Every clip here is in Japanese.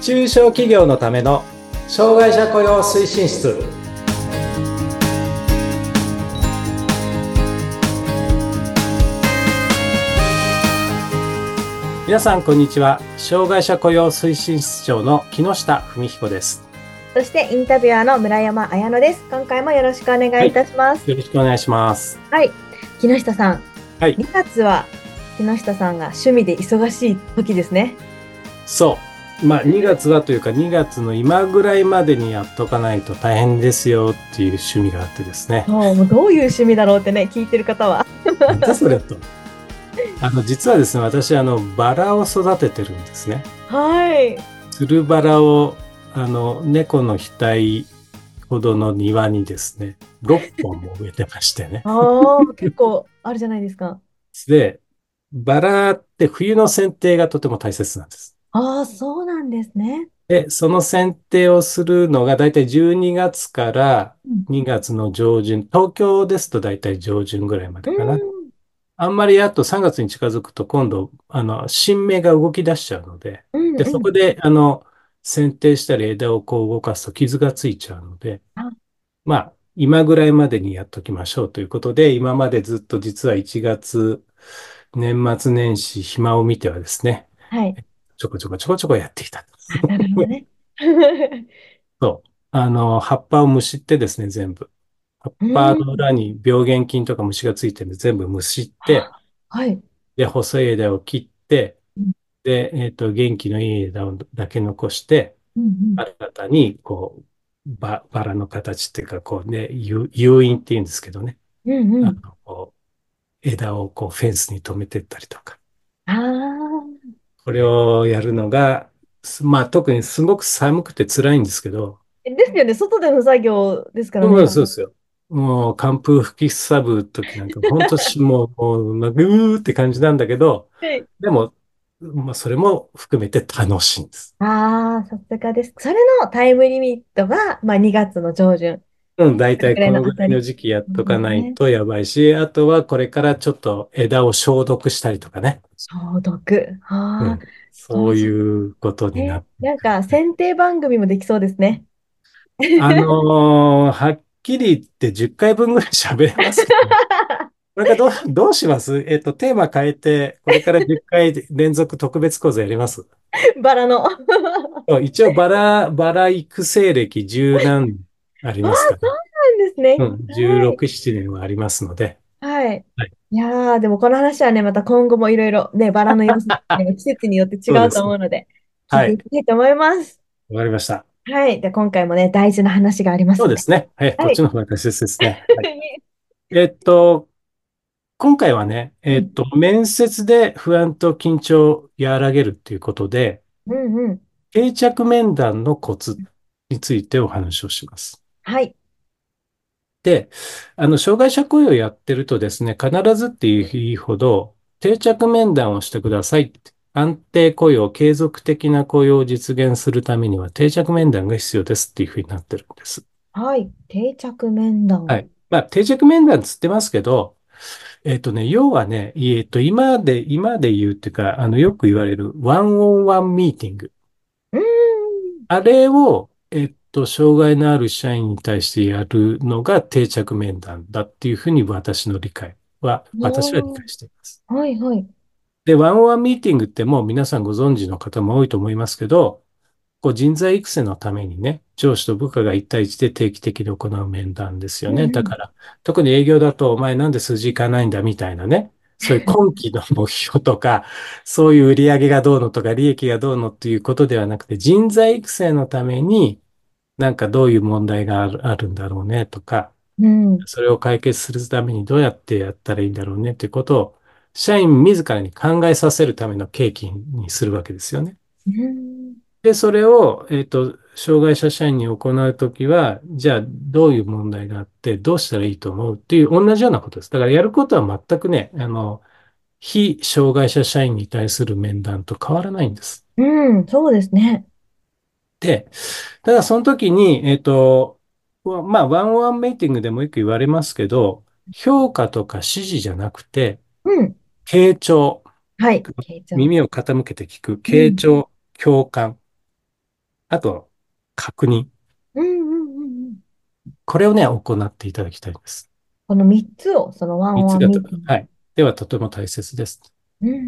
中小企業のための障害者雇用推進室皆さんこんにちは障害者雇用推進室長の木下文彦ですそしてインタビュアーの村山彩乃です。今回もよろしくお願いいたします。よろしくお願いしますはい、木下さん。はい2月は木下さんが趣味で忙しい時ですね。そうまあ2月はというか2月の今ぐらいまでにやっとかないと大変ですよっていう趣味があってですねもうもうどういう趣味だろうってね聞いてる方は。なんだそれと。あの実はですね私あのバラを育ててるんですね。 はい。。つるバラをあの猫の額ほどの庭にですね6本も植えてましてねああ結構あるじゃないですか。でバラって冬の剪定がとても大切なんです。ああそうなんですね。でその剪定をするのがだいたい12月からうん2月の上旬東京ですとだいたい上旬ぐらいまでかな。うあんまりあと3月に近づくと今度あの新芽が動き出しちゃうので。ん うんで、そこで、あの、剪定したり枝をこう動かすと傷がついちゃうのであ、まあ、今ぐらいまでにやっときましょうということで、今までずっと実は1月、年末年始、暇を見てはですね、はい。ちょこちょこちょこちょこやって きた。あなるほどね。あの、葉っぱをむしってですね、全部。葉っぱの裏に病原菌とか虫がついてるんで、全部むしって、はい。で、細い枝を切ってうん、で、えっと、元気のいい枝をだけ残して、うんうん新たに、こう、ば、バラの形っていうか、こうね、誘誘引っていうんですけどね。うんうあん。の、こう、枝をこう、フェンスに留めてったりとか。ああこれをやるのが、すまあ、特にすごく寒くて辛いんですけど、ですよね外での作業ですからね。うんそうですよ。もう、寒風吹きさぶ時なんか、本当し、もう、もう、うーって感じなんだけど、はいでも、まあ、それも含めて楽しいんです。ああ、さすがです。それのタイムリミットが、まあ、2月の上旬。うん、大体それこぐらのいのぐらいの時期やっとかないとやばいし、あとはこれからちょっと枝を消毒したりとかね。消毒。うあんそういうことあ、になっね、なんか、選定番組もできそうですね。て。あのーはっきり言って10回分ぐらい喋れますけど これからどう、どうしますえっと、テーマ変えて、これから10回連続特別講座やります。 バラの。そう一応バラ、バラ育成歴十何年ありますから、なんですね。うん、16、7年はありますので。はいはい。いやー、でもこの話はね、また今後もいろいろね、バラ の様子、ね、季節によって違うと思うので、は聞いい、ていきたいと思います。わかりました。はい。で、今回もね、大事な話がありますそうでね。すね。はい、こっちの方が大切ですね。はいえっと、今回はね、えっと、面接で不安と緊張を和らげるっていうことで、 うんうん。定着面談のコツについてお話をします。はい。で、あの、障害者雇用をやってるとですね、必ずっていうほど、定着面談をしてくださいって。安定雇用、継続的な雇用を実現するためには定着面談が必要ですっていうふうになってるんです。はい。定着面談。はいまあ、定着面談つってますけど、えっとね、要はね、えっと、今で、今で言うっていうか、あの、よく言われる、ワンオンワンミーティング。うーん。あれを、えっと、障害のある社員に対してやるのが定着面談だっていうふうに私の理解は、おー私は理解しています。はいはい。で、ワンオンワンミーティングってもう皆さんご存知の方も多いと思いますけど、こう人材育成のためにね、上司と部下が一対一で定期的に行う面談ですようんうね。んだから、特に営業だと、お前なんで数字いかないんだみたいなね、そういう今期の目標とか、 そういう売り上げがどうのとか、利益がどうのっていうことではなくて、人材育成のために、なんかどういう問題がある、あるんだろうねとか、うん。それを解決するためにどうやってやったらいいんだろうねっていうことを、社員自らに考えさせるための契機にするわけですよね。うんで、それを、えっと、障害者社員に行うときは、じゃあどういう問題があって、どうしたらいいと思うっていう同じようなことです。だからやることは全くね、あの、非障害者社員に対する面談と変わらないんです。うん、そうですね。で、ただその時に、えっと、わまあ、ワンオンワンミーティングでもよく言われますけど、評価とか指示じゃなくて、うん。傾聴。はい。傾聴。耳を傾けて聞く。う傾ん。聴、共感。あと、確認。うんうんうんうん。これをね、行っていただきたいです。この3つを、そのワン3オンつワンがミと、ーティング。はい。では、とても大切です。うんうんう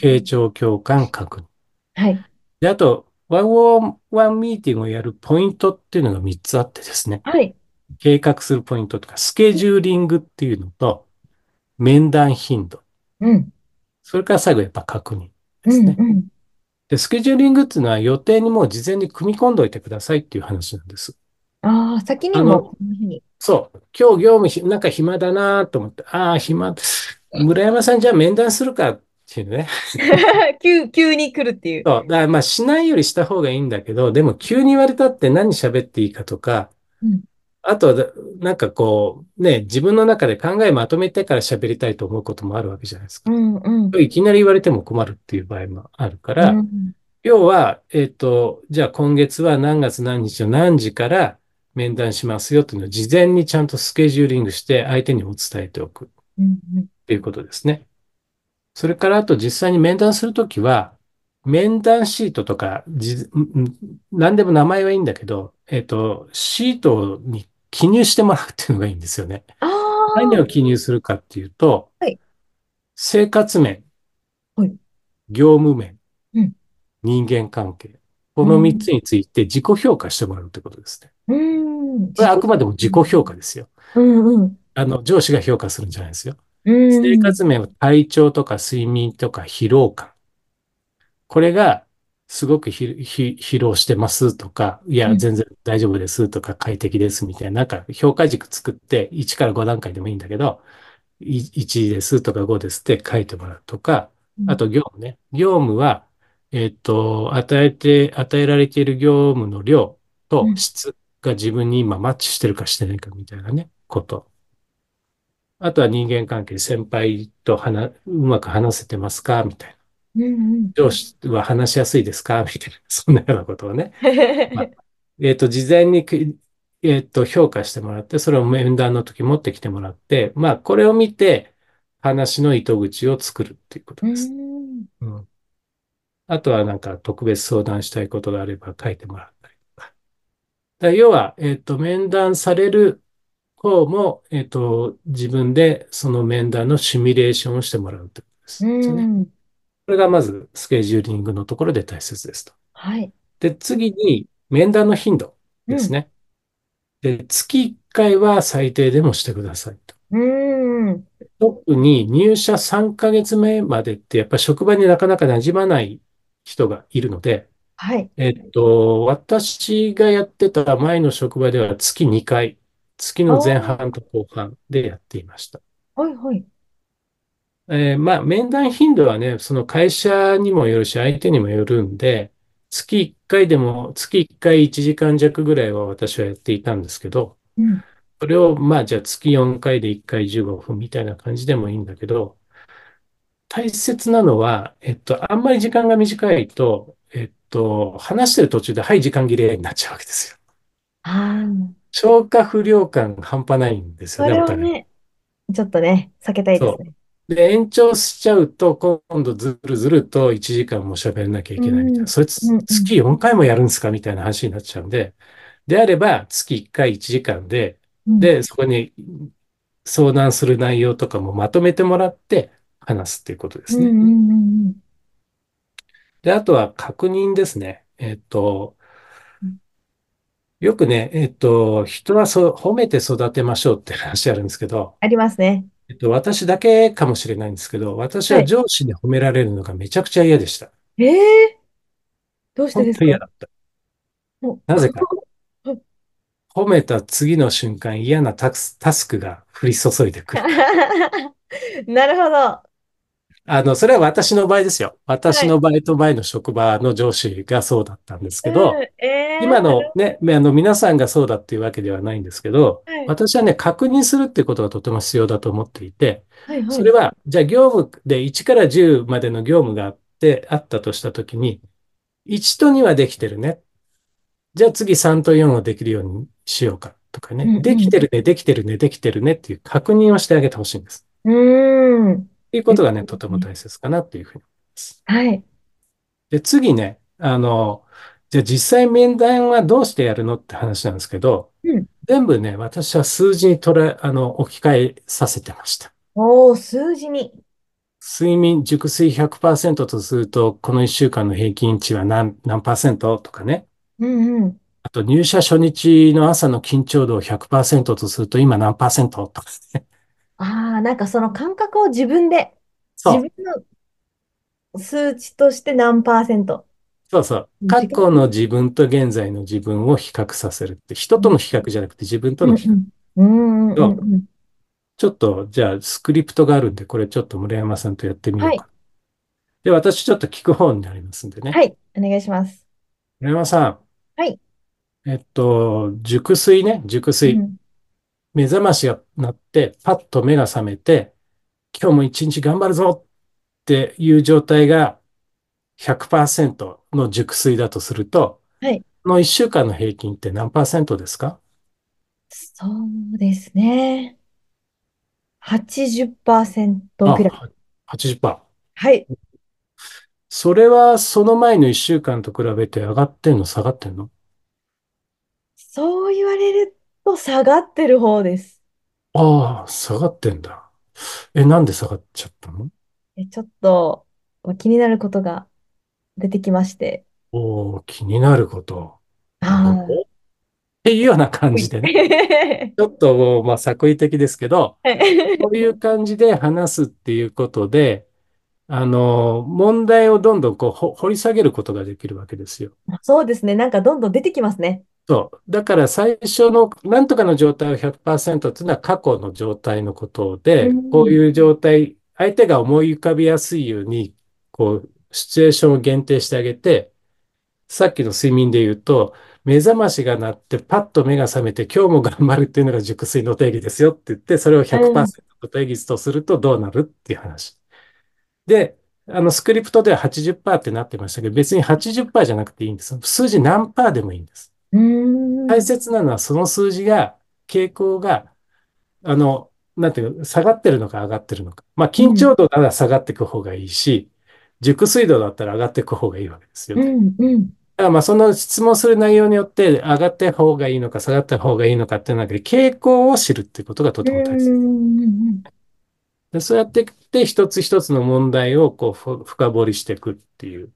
傾ん。聴、共感、確認。はい。で、あと、ワンオンワンミーティングをやるポイントっていうのが3つあってですね。はい。計画するポイントとか、スケジューリングっていうのと、面談頻度。うん。それから最後、やっぱ確認でうすんね。うん。で、スケジューリングっていうのは予定にもう事前に組み込んでおいてくださいっていう話なんです。ああ、先にあもの、うこの 日に。そう、今日業務ひ、なんか暇だなと思って、ああ、暇、村山さんじゃあ面談するかっていうね。急、急に来るっていう。そう、だからまあしないよりした方がいいんだけど、でも急に言われたって何喋っていいかとか、うん。あとはだ、なんかこう、ね、自分の中で考えまとめてから喋りたいと思うこともあるわけじゃないですうか。んうん。いきなり言われても困るっていう場合もあるかうら、ん。要は、えっと、じゃあ今月は何月何日の何時から面談しますよっていうのを事前にちゃんとスケジューリングして相手にも伝えておくっうんうん。ていうことですね。それからあと実際に面談するときは、面談シートとか、じ、んん何でも名前はいいんだけど、えっと、シートに記入してもらうっていうのがいいんですよね。あ何あ、を記入するかっていうと、はい。生活面、はい。業務面、うん。人間関係。うこの3つん。について自己評価してもらうってことですね。うん。これ自はあ己。くまでも自己評価ですよ。うんうん。あの、上司が評価するんじゃないですよ。う生ん。活面は体調とか睡眠とか疲労感。これがすごくひひ疲労してますとか、いうや、ん。全然大丈夫ですとか、快適ですみたいな、なんか評価軸作って1から5段階でもいいんだけど、い1ですとか5ですって書いてもらうとか、うあんと業務ね。業務は、えっと、与えて、与えられている業務の量うとん質が自分に今マッチしてるかしてないかみたいなね、こと。あとは人間関係、先輩と話、うまく話せてますかみたいな。うん上司は話しやすいですかみ たいな、そんなようなことをね。うまあん。えっと、事前にく、えっと、評価してもらって、それを面談の時持ってきてもらって、まあ、これを見て、話の糸口を作るっていうことうです。ん。うん。あとは、なんか、特別相談したいことがあれば書いてもらったりとか。だから要は、えっと、面談される方も、えっと、自分でその面談のシミュレーションをしてもらうってことでうすね。ん。これがまず、スケジューリングのところで大切ですと。はい。で、次に面談の頻度うですん。ね。で、月1回は最低でもしてくださいと。うん。特に入社3ヶ月目までってやっぱ職場になかなか馴染まない人がいるので、はい。えっと、私がやってた前の職場では月2回、月あの前あ、半と後半でやっていました。はいはい。えーまあ、面談頻度はね、その会社にもよるし、相手にもよるんで、月1回でも、月1回1時間弱ぐらいは私はやっていたんですけど、うん。それを、まあ、じゃあ月4回で1回15分みたいな感じでもいいんだけど、大切なのは、えっと、あんまり時間が短いと、えっと、話してる途中で、はい、時間切れになっちゃうわけですよ。ああ、消化不良感が半端ないんですよそね、れおは互い。ね、ちょっとね、避けたいですそね。う。で、延長しちゃうと、今度ずるずると1時間も喋んなきゃいうけないみたいん。な。それうつんうん。月4回もやるんですかみたいな話になっちゃうんで。であれば、月1回1時間で、うん。で、そこに相談する内容とかもまとめてもらって話すっていうことでうすね。んうんうんうん。で、あとは確認ですね。えっと、うんよくね、えっと、人はそう褒めて育てましょうって話あるんですけど、ありますね。えっと、私だけかもしれないんですけど、私は。はい上司に褒められるのがめちゃくちゃ嫌でした。ええどうして本です当にか嫌だった。もう、なぜそか、こ、はい褒めた次の瞬間嫌なタス、タスクが降り注いでくるから。なるほど。は あの、それは私の場合ですよ。私い。の場合と前の職場の上司がそうだったんですけうど、ん。え今ー、なるのね、あの皆さんがそうだっていうわけではないんですけど、ほど。はい私はね、確認するってことがとても必要だと思っていて、はいはそれい。は、じゃあ業務で1から10までの業務があって、あったとしたときに、1と2はできてるね。じゃあ次3と4をできるようにしようかとかうね。んできうてるね、できてるね、できてるねっていう確認をしてあげてほしいんです。ん。うーん。ていうことがね、とても大切かなというふうに思います。はい。で、次ね、あの、じゃあ実際面談はどうしてやるのって話なんですけど、うん。全部ね、私は数字に捉え、あの、置き換えさせてました。おー、数字に。睡眠、熟睡100%とすると、この1週間の平均値は何、何パーセントとかね。うんうん。あと入社初日の朝の緊張度を100%とすると、今何パーセントとかね。ああ、なんかその感覚を自分で、自そう、分の数値として何パーセント。そうそう。過自覚去の自分と現在の自分を比較させるって、人との比較じゃなくて自分とうのん比較。うん。うんうんとうんうん。ちょっと、じゃあ、スクリプトがあるんで、これちょっと村山さんとやってみよはうい。か。で、私ちょっと聞く方になりますんでね。はい。お願いします。村山さはい。ん、えっと、熟睡ね、熟う睡。ん。目覚ましが鳴って、パッと目が覚めて、今日も一日頑張るぞっていう状態が100%の熟睡だとすると、はい。この1週間の平均って何パーセントですかそうですね。80%くらい。あ、80%。はい。それはその前の1週間と比べて上がってんの下がってんのそう言われると下がってる方です。ああ、下がってんだ。え、なんで下がっちゃったのえ、ちょっとまあ気になることが出てきまして。おおー、気になること。なるほど。 ああ。っていうような感うじいでね。ちょっともう、まあ、作為的ですけど、こういう感じで話すっていうことで、あの、問題をどんどんこう、ほ掘り下げることができるわけですよ。そうですね。なんかどんどん出てきますね。そう。だから最初の、なんとかの状態を100%っていうのは過去の状態のことう。で、こうんいう状態、相手が思い浮かびやすいように、こう、シチュエーションを限定してあげて、さっきの睡眠で言うと、目覚ましが鳴ってパッと目が覚めて今日も頑張るっていうのが熟睡の定義ですよって言って、それをうん100%定義とするとどうなるっていう話。で、あの、スクリプトでは80%ってなってましたけど、別に80%じゃなくていいんです。数字何パーでもいいんです。う大ん。切なのはその数字が、傾向が、あの、なんていうか、下がってるのか上がってるのか。まあ、う緊ん。張度なら下がっていく方がいいし、熟睡度だったら上がっていく方がいいわけですようね。ん。うん。だからまあその質問する内容によって上がった方がいいのか下がった方がいいのかっていう中で傾向を知るっていうことがとうても大切。ん。で、そうやっていって一つ一つの問題をこうふ深掘りしていくっていう。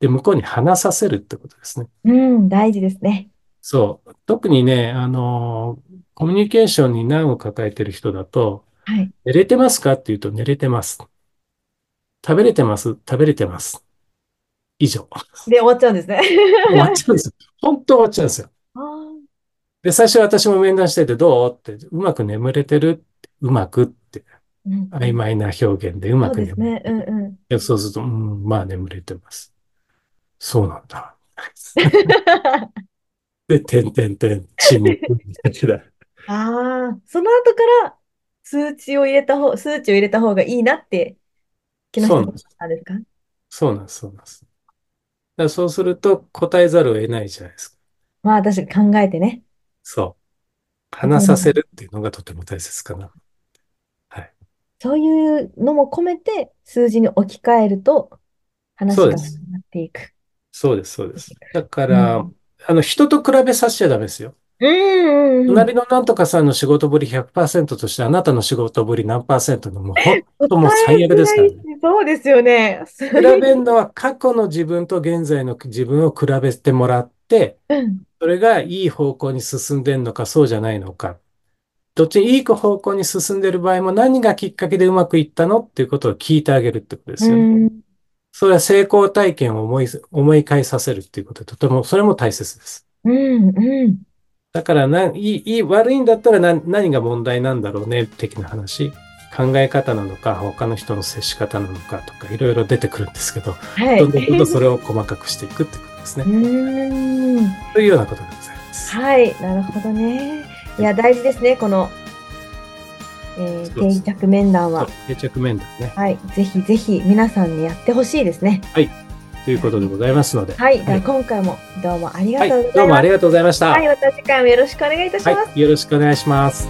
で、向こうに話させるってことですね。うん。うん大事ですね。そう。特にね、あのーコミュニケーションに難を抱えてる人だと、はい。寝れてますかって言うと寝れてます。食べれてます食べれてます。以 上。で、終わっちゃうんですね。終わっちゃうんですよ。本当終わっちゃうんですよ。あーで、最初私も面談しててどうって、うまく眠れてるうまくって、うんう曖ん。昧な表現でうまそうくです眠れね。てうんる。うん。 でそうすると、うん、まあ眠れてます。そうなんだ。で、てんてんてん、沈黙みたいな。ああ、その後から数値を入れた方、数値を入れた方がいいなって木そ下うさなんんです。はですかそうなんです。そうなんです。だからそうすると答えざるを得ないじゃないですか。まあ、確かに考えてね。そう。まと話めさますせるっていうのがとても大切かな。はい。そういうのも込めて数字に置き換えるとそう話でがす。なっていく。そうです。そうです。だかうら、ん。あの、人と比べさせちゃダメですよ。うんうんうん。隣のなんとかさんの仕事ぶり100%としてあなたの仕事ぶり何パーセントのもう ほん答ともう最え悪づですらかいらし、ね。そうですよね。そ比れ、べるのは過去の自分と現在の自分を比べてもらって、うん。それがいい方向に進んでるのかそうじゃないのか。どっちにいい方向に進んでる場合も何がきっかけでうまくいったのっていうことを聞いてあげるってことでうすよね。ん。それは成功体験を思い、思い返させるっていうことでとても、それも大切です。うんうん。だからな、いい、いい、悪いんだったらな何が問題なんだろうね、的な話。考え方なのか、他の人の接し方なのかとか、いろいろ出てくるんですけど、はどい。んどんどんどんそれを細かくしていくってことですね。うん。というようなことでございます。はい。なるほどね。はい、いや、大事ですね。この、えーそうで定す。着面談そは。う、定着面談ね。はい、ぜひぜひ皆さんにやってほしいですね。はい。というはことでい、ございますので。はい、では。はい今回もどうもありがはとい。うござどいうもまあす。りがとうございましはい、た。また次回もよろしくお願いいたしはまい。す。よろしくお願いします。